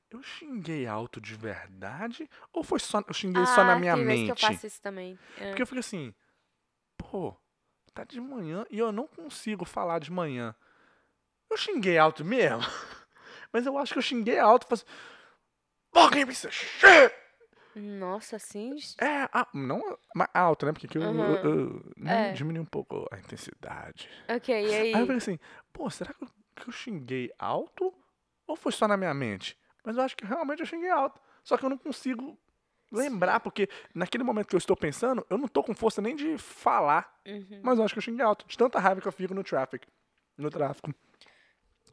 eu xinguei alto de verdade ou foi só eu xinguei um só na
Ah,
minha
tem vezes
mente?
que eu faço isso também. É.
Porque eu fico assim, pô, tá de manhã e eu não consigo falar de manhã. Eu xinguei alto mesmo, [LAUGHS] mas eu acho que eu xinguei alto. Faz... Alguém precisa.
Nossa, assim...
É, ah, não mas alto, né? Porque aqui eu, eu-
Aham.
eu- né,
É.
diminui um pouco a intensidade.
Ok, e aí?
Aí eu fico assim, pô, será que eu, que eu xinguei alto ou foi só na minha mente? Mas eu acho que realmente eu xinguei alto. Só que eu não consigo lembrar, porque naquele momento que eu estou pensando, eu não tô com força nem de falar.
Uhum.
Mas eu acho que eu xinguei alto, de tanta raiva que eu fico no traffic. No tráfico.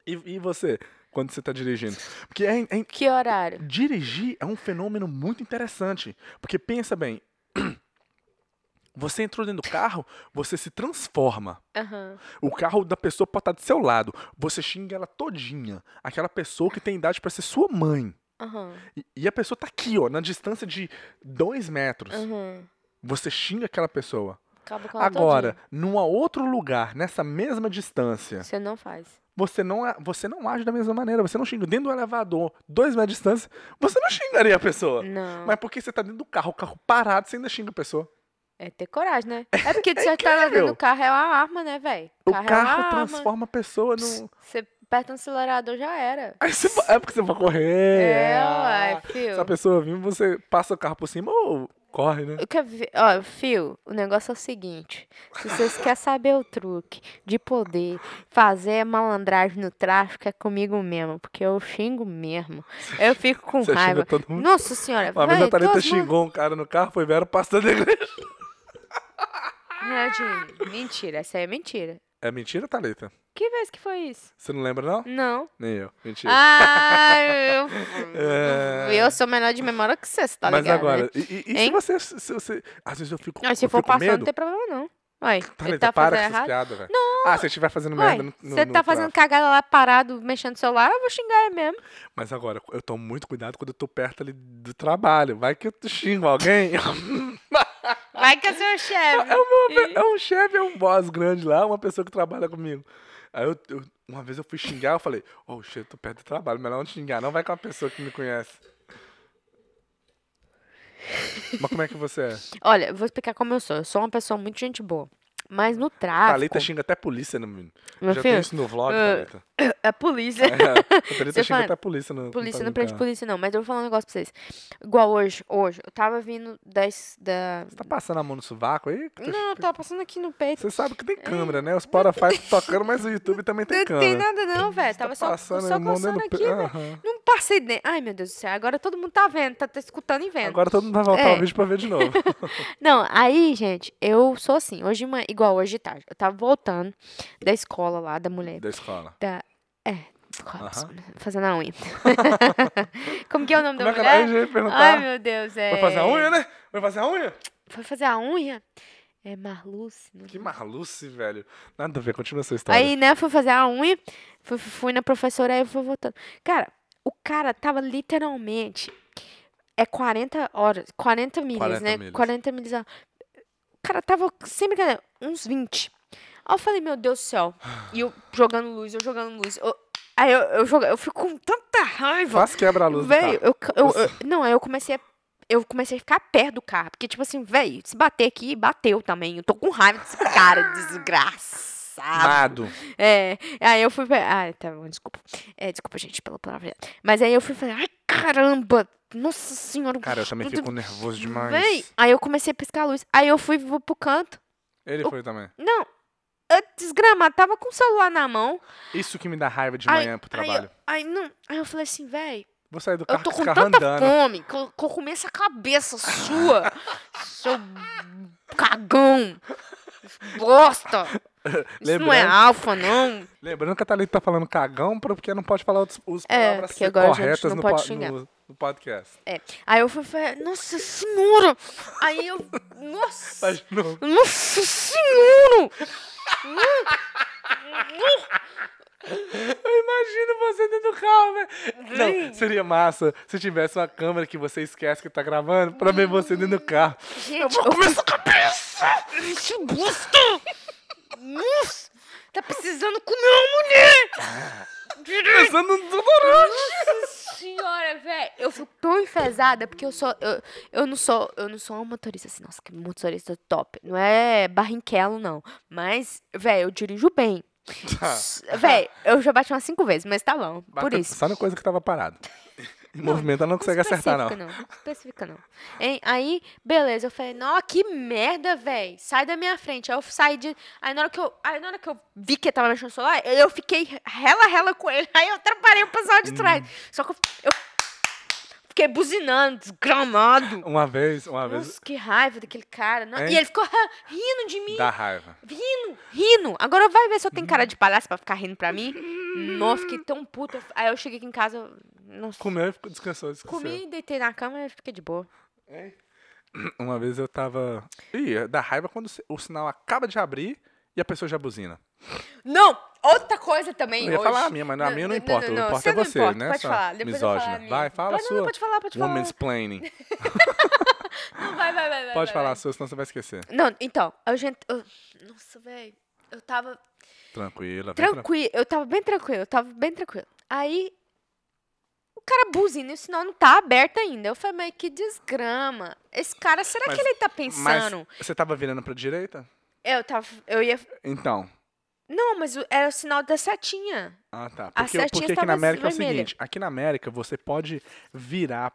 E, e você, quando você tá dirigindo? Porque é, é-
Que horário?
dirigir é um fenômeno muito interessante. Porque pensa bem. [CLEARS THROAT] Você entrou dentro do carro, você se transforma.
Aham.
O carro da pessoa pode estar do seu lado. Você xinga ela todinha. Aquela pessoa que tem idade pra ser sua mãe.
Aham.
E, e a pessoa tá aqui, ó, na distância de dois metros.
Aham.
Você xinga aquela pessoa.
Acaba com ela
Agora,
todinha.
num outro lugar, nessa mesma distância,
Você não faz.
você não, a- você não age da mesma maneira, você não xinga. Dentro do elevador, dois metros de distância, você não xingaria a pessoa.
Não.
Mas porque você tá dentro do carro, o carro parado, você ainda xinga a pessoa.
É ter coragem, né? É porque de certo tá lá dentro do
incrível.
carro é uma arma, né, velho?
O
carro, é
carro
uma arma.
transforma a pessoa no.
Você aperta no acelerador, já era.
Aí você, é porque você vai correr.
É,
ah.
uai,
Se a
fio.
pessoa vir, você passa o carro por cima ou corre, né?
Eu quero ver- é Ó, fio, o negócio é o seguinte. Se vocês querem saber o truque de poder fazer malandragem no tráfico, é comigo mesmo. Porque eu xingo mesmo. Eu fico com
Você xinga
raiva.
todo mundo.
Nossa senhora,
Uma vez a
véi,
Thalita
duas mãos-
xingou um cara no carro, foi ver, era pastor da igreja.
Renatinho, é mentira, essa aí é mentira.
É mentira, Thalita?
Que vez que foi isso?
Você não lembra, não?
Não.
Nem eu. Mentira.
Ah, eu,
Tipo. [LAUGHS] É.
eu sou menor de memória que você, tá
Mas
ligado? né?
agora, e, e- e se
Hein?
você, se você. Às vezes eu fico.
Ah, se
eu
for
fico com
passar,
medo.
não tem problema, não. Ué, ele
Thalita,
tá
para
fazendo
com essas
errado.
piadas, velho. Ah, se você estiver fazendo merda
Ué,
no, no,
você
no
tá fazendo
tráfico.
cagada lá parado, mexendo no celular, eu vou xingar ele mesmo.
Mas agora, eu tomo muito cuidado quando eu tô perto ali do trabalho. Vai que eu
[LAUGHS]
xingo alguém.
Uhum. Vai que é seu chefe.
É, uma, é um chefe, é um boss grande lá, uma pessoa que trabalha comigo. Aí eu, eu- uma vez eu fui xingar, eu falei, ô, chefe, tô perto do trabalho, melhor não xingar, não vai com uma pessoa que me conhece. Mas como é que você é?
Olha, eu vou explicar como eu sou. Eu sou uma pessoa muito gente boa. Mas no tráfico,
Thalita xinga até a polícia, no menino.
Ah, Meu
Já
filho, Ah,
tem isso no vlog, Thalita.
a polícia...
É, a Thalita
Você
xinga
fala,
até a polícia no
[LAUGHS] Polícia
no
não prende
carro.
polícia, não. Mas eu vou falar um negócio pra vocês. Igual hoje, hoje, eu tava vindo das, da.
Você tá passando a mão no sovaco aí? Que tu-
Não, eu tava passando aqui no peito.
Você sabe que tem câmera, né? Os
[LAUGHS]
Spotify tocando, mas o YouTube também tem
Não tem
câmera.
nada, não, velho. Tava só,
tá Passando
só
a mão
coçando
dentro
aqui,
do
né?
pe-
velho.
Aham.
Não passei nem. Ai, meu Deus do céu. Agora todo mundo tá vendo, tá, tá escutando e vendo.
Agora todo mundo vai voltar
É.
o vídeo pra ver
[LAUGHS]
de novo.
Não, aí, gente, eu sou assim. Hoje de manhã, igual hoje de tarde. Eu tava voltando da escola lá, da mulher.
da escola.
Da. É. escola,
Aham.
Fazendo a unha. [LAUGHS] Como que é o nome
Como
da
é que ela
mulher?
ia perguntar?
Ai, meu Deus, é.
Vai tá. fazer a unha, né? Vai fazer a unha?
Foi fazer a unha? É Marluce. não
Que maluce, velho. Nada a ver, continua essa história.
Aí, né, fui fazer a unha, fui, fui- fui na professora, aí eu fui voltando. Cara, o cara tava literalmente. É 40 horas, 40 milhas,
40
né?
milhas.
40 milhas. a- O cara tava, sem brincadeira, uns 20. Aí eu falei, meu Deus do céu. E eu jogando luz, eu jogando luz. eu- aí eu, eu, joga- eu fico com tanta raiva.
Faz quebra a luz
Véi,
do
eu, ca- eu, eu- Não, aí eu comecei a. Eu comecei a ficar perto do carro. Porque, tipo assim, véi, se bater aqui, bateu também. Eu tô com raiva desse cara,
Ah,
desgraçado.
carro. Mado.
É, aí eu fui. pra- Ah, tá bom, desculpa. É, desculpa, gente, pela palavra. Mas aí eu fui falar, ai, caramba, nossa senhora.
Cara, eu também fico nervoso demais.
Véi. Aí eu comecei a piscar a luz. Aí eu fui vou pro canto.
Ele foi também.
Não, eu desgramado, tava com o celular na mão.
Isso que me dá raiva de
Ai,
manhã pro trabalho.
Aí, não, aí eu falei assim, véi,
Vou sair do
Eu
carro
tô
com
com
esse carro
tanta
andando.
fome que eu, que eu comi essa cabeça
[LAUGHS]
sua. seu cagão. Bosta. Isso não é
Lembrando-
alfa, não.
Lembrando que a Thalita tá falando cagão pra- porque não pode falar os, os
É,
palavras
porque agora a gente
corretas
não
no,
pode
po-
xingar.
no- no podcast.
É. Aí eu fui falei, nossa senhora. Aí eu, nossa.
Mas não-
Nossa senhora.
Eu imagino você dentro do carro, velho.
Vem.
Não, seria massa se tivesse uma câmera que você esquece que tá gravando pra ver você dentro do carro.
Gente,
eu vou comer essa cabeça!
Que bosta. Nossa. Tá precisando comer uma mulher. Direito.
Pensando no desodorante!
Nossa senhora, velho. Eu fico tão enfesada porque eu sou. Eu, eu não sou. Eu não sou uma motorista assim, nossa, que motorista top. Não é barrinquelo, não. Mas, velho, eu dirijo bem.
Tá.
S- Véi, eu já bati umas cinco vezes, mas tá bom. Por
Bateu
isso.
Só na coisa que tava parada. E movimentar não consegue acertar, não.
Especifica, não. Especifica, não. Hein? Aí, beleza, eu falei, não, que merda, véi. Sai da minha frente. Aí eu saí de. Aí na hora que eu, aí, na hora que eu vi que ele tava mexendo no celular, eu fiquei rela, rela com ele. Aí eu atrapalhei o pessoal de trás.
Hum.
Só que eu, eu fiquei buzinando, desgramado.
Uma vez, uma vez,
Nossa, que raiva daquele cara. Não-
Hein?
E ele ficou rindo de mim.
dá Hum. raiva.
Rindo, rindo. Agora vai ver se eu tenho cara de palhaço pra ficar rindo pra mim. Nossa, fiquei tão puta. Aí eu cheguei aqui em casa. eu- Nossa.
Comeu e ficou- descansou, descansou.
Comi, deitei na cama e fiquei de boa.
Uma vez eu tava. Ih, dá raiva quando o sinal acaba de abrir e a pessoa já buzina.
Não, outra coisa também.
Eu ia
hoje.
falar a minha, mas a minha não importa. O importa é
não
você,
importa,
né?
Pode
sua
falar. Depois eu falo a
misógina.
minha.
Vai, fala a
pode, não,
sua.
Não, pode falar, pode falar.
Woman's
[LAUGHS]
planning.
Não, vai, vai, vai, vai.
Pode
vai,
falar a sua, senão você vai esquecer.
vai. Não, então, a gente. eu- nossa, velho. Eu tava
Tranquila, vem tranquila.
tranquilo. Eu tava bem tranquilo, eu tava bem tranquilo. Aí. O cara buzina e o sinal não tá aberto ainda. Eu falei, mas que desgrama. Esse cara, será
Mas-
que ele tá
Mas
pensando?
você tava virando pra direita?
Eu tava. Eu ia.
Então.
Não, mas o- era o sinal da setinha.
Ah, tá.
A
Porque,
setinha
porque aqui
estava
na América é o
vermelha.
seguinte: aqui na América você pode virar,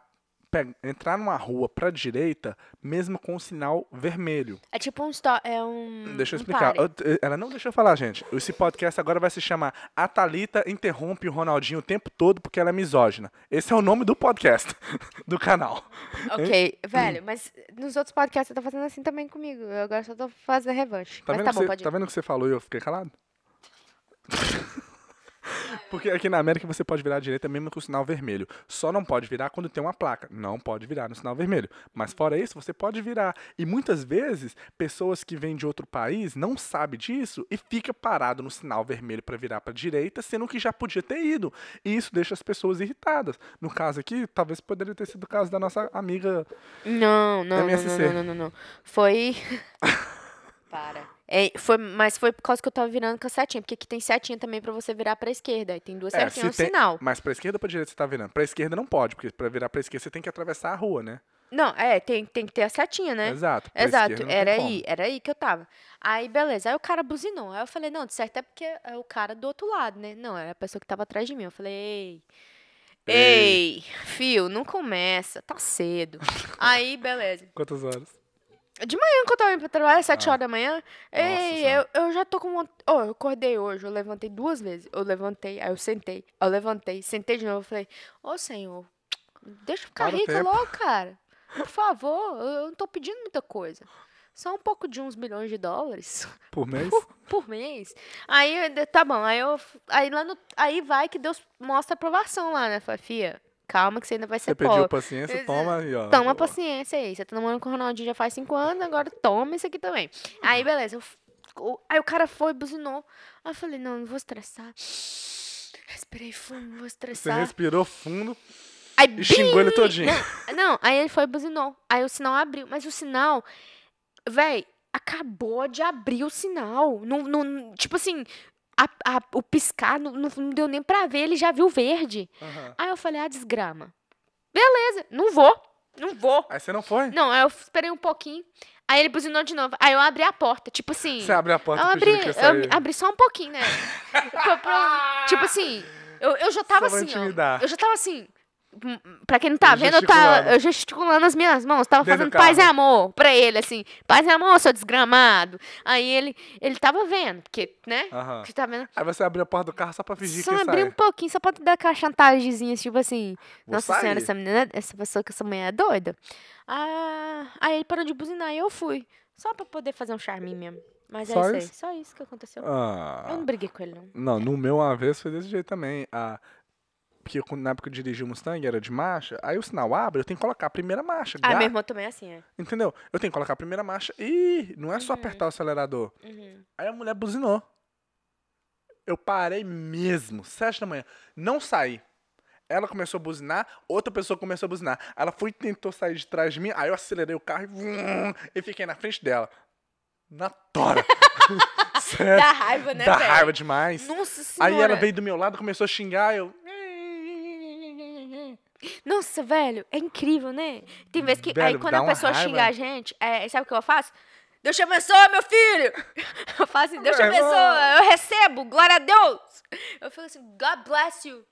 pe- entrar numa rua pra direita, mesmo com o sinal vermelho.
É tipo um stop. É um.
Deixa eu
um
explicar.
pare.
Eu- eu- ela não deixou eu falar, gente. Esse podcast agora vai se chamar A Thalita Interrompe o Ronaldinho o tempo todo porque ela é misógina. Esse é o nome do podcast, [LAUGHS] do canal.
Ok,
Hum.
velho, mas nos outros podcasts você tá fazendo assim também comigo. Eu agora só tô fazendo revanche.
Tá,
mas
vendo,
tá
que
bom,
você,
pode ir.
tá vendo que você falou e eu fiquei calado? Porque aqui na América você pode virar à direita mesmo com o sinal vermelho. Só não pode virar quando tem uma placa. Não pode virar no sinal vermelho. Mas fora isso, você pode virar. E muitas vezes, pessoas que vêm de outro país não sabem disso e fica parado no sinal vermelho pra virar pra direita, sendo que já podia ter ido. E isso deixa as pessoas irritadas. No caso aqui, talvez poderia ter sido o caso da nossa amiga.
Não, não, não, não,
MSC.
não, não, não, não.
[LAUGHS]
Foi. Para. É, foi, mas foi por causa que eu tava virando com a setinha, porque aqui tem setinha também pra você virar pra esquerda. Aí tem duas
É,
setinhas no
se tem-
sinal.
Mas pra esquerda ou pra direita você tá virando? Pra esquerda não pode, porque pra virar pra esquerda você tem que atravessar a rua, né?
Não, é, tem, tem que ter a setinha, né?
Exato. pra
Exato,
esquerda não tem
era
como.
aí, era aí que eu tava. Aí, beleza, aí o cara buzinou. Aí eu falei, não, de certo é porque é o cara do outro lado, né? Não, era a pessoa que tava atrás de mim. Eu falei, ei. Ei, fio, não começa, tá
[LAUGHS]
cedo. aí, beleza.
Quantas horas?
Lembra que eu tava indo pra trabalhar, 7
Ah.
horas da manhã? Ei, eu,
Senhora.
eu já tô com vontade. Oh, eu acordei hoje, eu levantei duas vezes. Eu levantei, aí eu sentei, aí eu levantei, sentei de novo. Eu falei, ô senhor, deixa eu ficar
Para o
rica
tempo.
logo,
[LAUGHS]
cara. Por favor, eu eu não tô pedindo muita coisa. Só um pouco de uns milhões de dólares [LAUGHS]
Por mês?
por, por mês. Aí, eu ainda- tá bom, aí eu. Aí lá no. Aí vai que Deus mostra a aprovação lá, né? Fala, Fia, calma que você ainda vai ser
Você
pobre.
pediu paciência,
Esse-
toma e ó.
Toma paciência aí. Você tá namorando com o Ronaldinho já faz cinco anos, agora toma isso aqui também. Aí, beleza. eu f- o- aí o cara foi, buzinou. Aí eu falei, não, não vou estressar. Respirei fundo, não vou
Você
estressar.
respirou fundo
Aí,
e
bim!
xingou ele todinho.
Não, aí ele foi e buzinou. Aí o sinal abriu. Mas o sinal, véi, acabou de abrir o sinal. Não, não, tipo assim, a- a- o piscar não, não- não deu nem pra ver, ele já viu verde.
Aham.
Aí eu falei, ah, desgrama. Beleza, não vou, não vou.
Aí você não foi?
Não, aí eu esperei um pouquinho. Aí ele buzinou de novo. Aí eu abri a porta, tipo assim.
Você abriu a
eu
porta e
abri,
fingiu que ia sair.
eu abri só um pouquinho, né? Pra- pra- tipo assim, eu, eu já tava
Ah, Só pra
assim, ó.
intimidar.
Eu já tava assim. Pra quem não tá
Eu
vendo, eu tava
gesticulando.
eu gesticulando as minhas mãos. Tava
Dentro
fazendo
do carro.
paz e amor pra ele, assim. Paz e amor, seu desgramado. Aí ele, ele tava vendo, porque, né?
Aham.
Você tá vendo?
Aí você abriu a porta do carro só pra fingir
Só
que
abrir um
sai.
pouquinho, só pra dar aquela chantagemzinha, tipo assim.
Vou
Nossa
sair.
senhora, essa menina, essa pessoa que essa mulher é doida. Ah, aí ele parou de buzinar e eu fui. Só pra poder fazer um charminho mesmo. Mas é
Só
isso aí.
isso?
Só isso que aconteceu.
Ah.
um- Eu não briguei com ele, não.
Não, no meu uma vez foi desse jeito também. A... Porque eu, na época que eu dirigi o Mustang era de marcha, aí o sinal abre, eu tenho que colocar a primeira marcha.
Ah,
ga-
meu irmão também é assim,
[LAUGHS]
é.
Entendeu? Eu tenho que colocar a primeira marcha e não é só apertar o acelerador.
Uhum.
Aí a mulher buzinou. Eu parei mesmo, sete da manhã. Não saí. Ela começou a buzinar, outra pessoa começou a buzinar. Ela foi e tentou sair de trás de mim, aí eu acelerei o carro e, vum, e fiquei na frente dela. Na tora. Sério.
Dá raiva, [LAUGHS] né,
Dá
velho?
raiva demais.
Nossa senhora.
Aí ela veio do meu lado, começou a xingar, eu.
Nossa, velho, é incrível, né? Tem vezes que. aí
Velho,
quando
dá
a
uma
pessoa
raiva.
xinga a gente, é, sabe o que eu faço? Deus te abençoe, meu filho! [LAUGHS] Eu faço assim, Deus te
Meu irmão.
abençoe, eu recebo, glória a Deus! Eu fico assim, God bless you.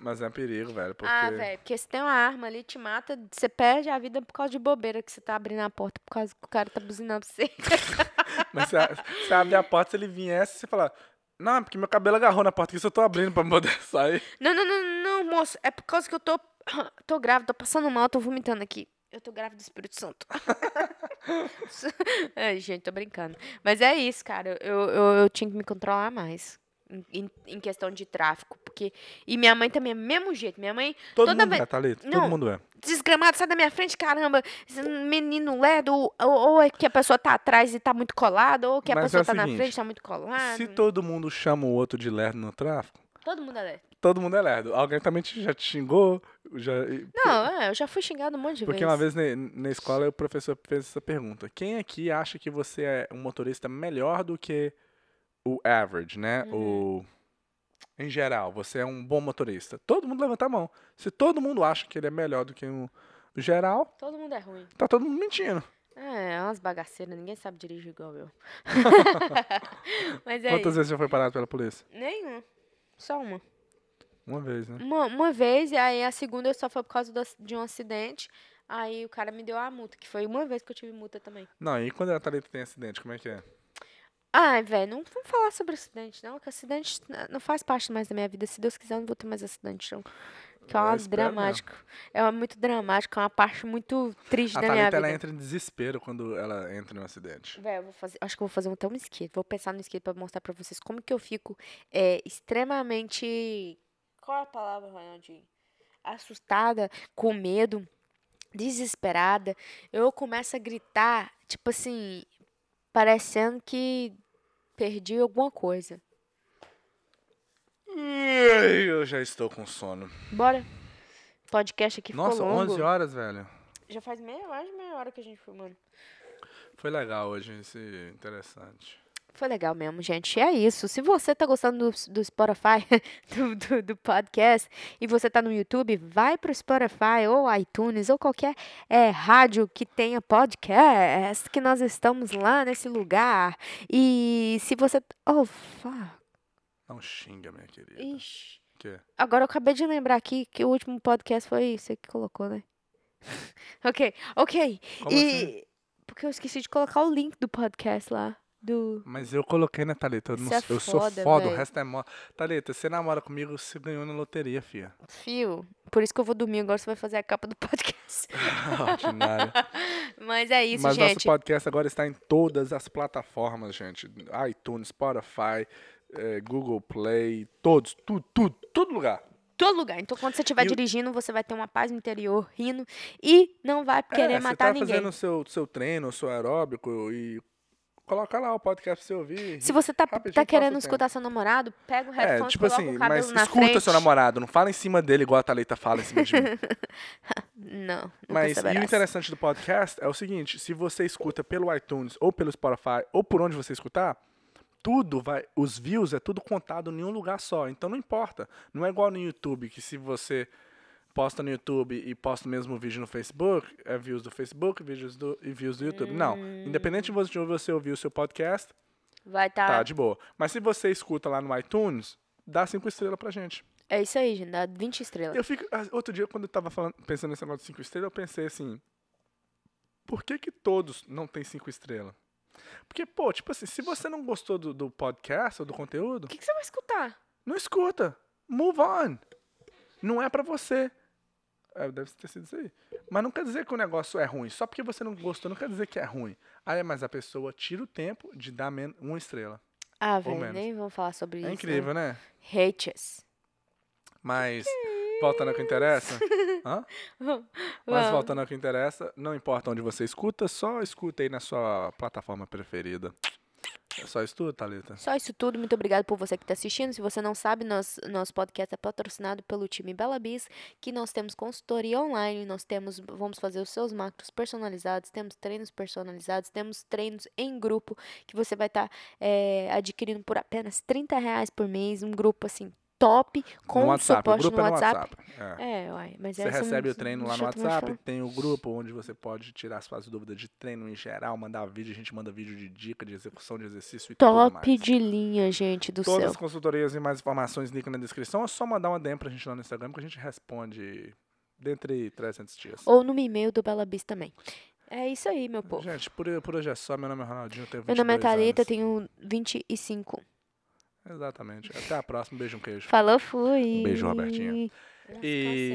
Mas é um perigo, velho, porque.
Ah, velho, porque se tem uma arma ali, te mata, você perde a vida por causa de bobeira que você tá abrindo a porta, por causa que o cara tá buzinando pra você.
[LAUGHS] Mas você, você abre a porta, se ele viesse, você fala. Não, é porque meu cabelo agarrou na porta que eu tô abrindo pra poder [LAUGHS] sair.
Não, não, não, não, não, moço. É por causa que eu tô. [COUGHS] Tô grávida, tô passando mal, tô vomitando aqui. Eu tô grávida do Espírito Santo. [LAUGHS] Ai, gente, tô brincando. Mas é isso, cara. Eu, eu, eu tinha que me controlar mais. em- Em, em questão de tráfico. Porque. E minha mãe também é do mesmo jeito. Minha mãe.
Todo
Toda
mundo
vez-
é, Thalita.
Não.
Todo mundo é.
Desgramado, sai da minha frente, caramba. Esse Menino ledo. Ou, ou é que a pessoa tá atrás e tá muito colada. Ou que a
Mas é
pessoa
o
tá na
seguinte,
frente e tá muito colada.
Se todo mundo chama o outro de lerdo no tráfico,
Todo mundo é lerdo.
todo mundo é lerdo. Alguém também te- já te xingou. Já...
Não, é, eu já fui xingado um monte de
Porque
vezes.
uma vez ne- na escola o professor fez essa pergunta. Quem aqui acha que você é um motorista melhor do que o average, né?
Uhum.
O... Em geral, você é um bom motorista. Todo mundo levanta a mão. Se todo mundo acha que ele é melhor do que o o geral,
Todo mundo é ruim.
tá todo mundo mentindo.
É, é umas bagaceiras, ninguém sabe dirigir igual
[LAUGHS]
eu. Mas é
Quantas vezes já foi parado pela
isso.
polícia?
Nenhum. Só uma.
Uma vez, né?
uma. Uma vez, e aí a segunda só foi por causa do ac- de um acidente. Aí o cara me deu a multa, que foi uma vez que eu tive multa também.
Não, e quando a Thalita tem acidente, como é que é?
Ai, velho, não vamos falar sobre acidente, não, que acidente n- não faz parte mais da minha vida. Se Deus quiser, eu não vou ter mais acidente, não. Que é
Eu
uma
espero mesmo.
dramático. É muito dramático, é uma parte muito triste
A
da minha
Thalita,
vida.
ela entra em desespero quando ela entra em um acidente.
Véi, eu vou fazer, acho que eu vou fazer até um skate. Vou pensar no skate pra mostrar pra vocês como que eu fico é, extremamente. Qual é a palavra, Ronaldinho? Assustada, com medo, desesperada. Eu começo a gritar, tipo assim, parecendo que perdi alguma coisa. Hum.
Eu já estou com sono.
Bora. Podcast aqui ficou
Nossa,
longo.
11 horas, velho.
Já faz meia, mais de meia hora que a gente filmando.
Foi legal hoje, esse interessante.
Foi legal mesmo, gente. É isso. Se você tá gostando do, do Spotify, [LAUGHS] do, do, do podcast, e você tá no YouTube, vai pro Spotify ou iTunes ou qualquer é, rádio que tenha podcast, que nós estamos lá nesse lugar. E se você. Oh, fuck.
Não xinga, minha querida.
Ixi.
Que?
Agora eu acabei de lembrar aqui que o último podcast foi você que colocou, né? [LAUGHS] ok, ok.
Como
e.
assim?
Porque eu esqueci de colocar o link do podcast lá. Do.
Mas eu coloquei, né, Thalita? Eu, não
Isso é
sou- eu sou
foda,
foda,
véi.
o resto é mó. Thalita, você namora comigo, você ganhou na
[LAUGHS]
loteria, fia.
Fio, por isso que eu vou dormir agora, você vai fazer a capa do [LAUGHS] podcast.
Ordinária.
Mas é isso,
Mas nosso
gente.
podcast agora está em todas as plataformas, gente. iTunes, Spotify, eh, Google Play, todos, tudo, tudo, todo lugar.
Todo lugar. Então, quando você estiver
E o-
dirigindo, você vai ter uma paz no interior, rindo, e não vai querer
É,
matar
você tá
ninguém.
fazendo o seu, seu treino, o seu aeróbico e coloca lá o podcast pra você ouvir.
Se você tá,
rapidinho
tá
passa o
querendo
tempo.
escutar seu namorado, pega o
É,
headphone,
tipo
coloca
assim,
o cabelo
mas
na
escuta
frente.
seu namorado, não fala em cima dele igual a Thalita fala em cima de mim.
Não, nunca
Mas e o
saberás.
interessante do podcast é o seguinte: se você escuta pelo iTunes ou pelo Spotify ou por onde você escutar, tudo vai. Os views é tudo contado em um lugar só. Então não importa. Não é igual no YouTube, que se você posta no YouTube e posta o mesmo vídeo no Facebook, é views do Facebook vídeos do, e views do YouTube. Não.
Hum.
Independente de você- de onde você ouvir o seu podcast,
Vai
tá
tá...
de boa. Mas se você escuta lá no iTunes, dá cinco estrelas pra gente.
É isso aí, gente. Dá 20 estrelas.
Eu fico. ah, Outro dia, quando eu tava falando- pensando nesse negócio de cinco estrelas, eu pensei assim. Por que, que todos não têm cinco estrelas? Porque, pô, tipo assim, se você não gostou do, do podcast ou do conteúdo,
O que, que você vai escutar?
não escuta. Move on. Não é pra você. É, deve ter sido isso aí. Mas não quer dizer que o negócio é ruim. Só porque você não gostou, não quer dizer que é ruim. Aí, mas a pessoa tira o tempo de dar men- uma estrela.
Ah, velho,
menos.
nem vamos falar sobre isso.
É incrível, né?
Né? Hates.
Mas, voltando ao que interessa. Hã? Mas
Vamos.
voltando ao que interessa, não importa onde você escuta, só escuta aí na sua plataforma preferida. É só isso tudo, Thalita?
Só isso tudo, muito obrigado por você que está assistindo. Se você não sabe, nós, nosso podcast é patrocinado pelo time Bela Bis, que nós temos consultoria online, nós temos, vamos fazer os seus macros personalizados, temos treinos personalizados, temos treinos em grupo que você vai estar adquirindo por apenas 30 reais por mês, um grupo assim top, com
no WhatsApp,
suporte
o grupo
no
é no
WhatsApp.
WhatsApp. É.
É, uai, mas
Você
é isso,
recebe
não-
o treino lá
deixa
no
eu terminar de
WhatsApp,
falar.
tem o grupo onde você pode tirar suas dúvidas de treino em geral, mandar vídeo, a gente manda vídeo de dica, de execução de exercício e tudo
Top
mais.
de linha, gente do
Todas
céu.
as consultorias e mais informações, link na descrição, é só mandar uma DM pra gente lá no Instagram que a gente responde dentre 300 dias.
Ou no e-mail do Bela Bis também. É isso aí, meu povo.
Gente, por, por hoje é só, meu nome é Ronaldinho, eu tenho 22
Meu nome é Thalita, eu
anos.
tenho 25.
Exatamente. Até a próxima. Beijo, um queijo.
Falou, fui. tá
Um beijo, Robertinha. E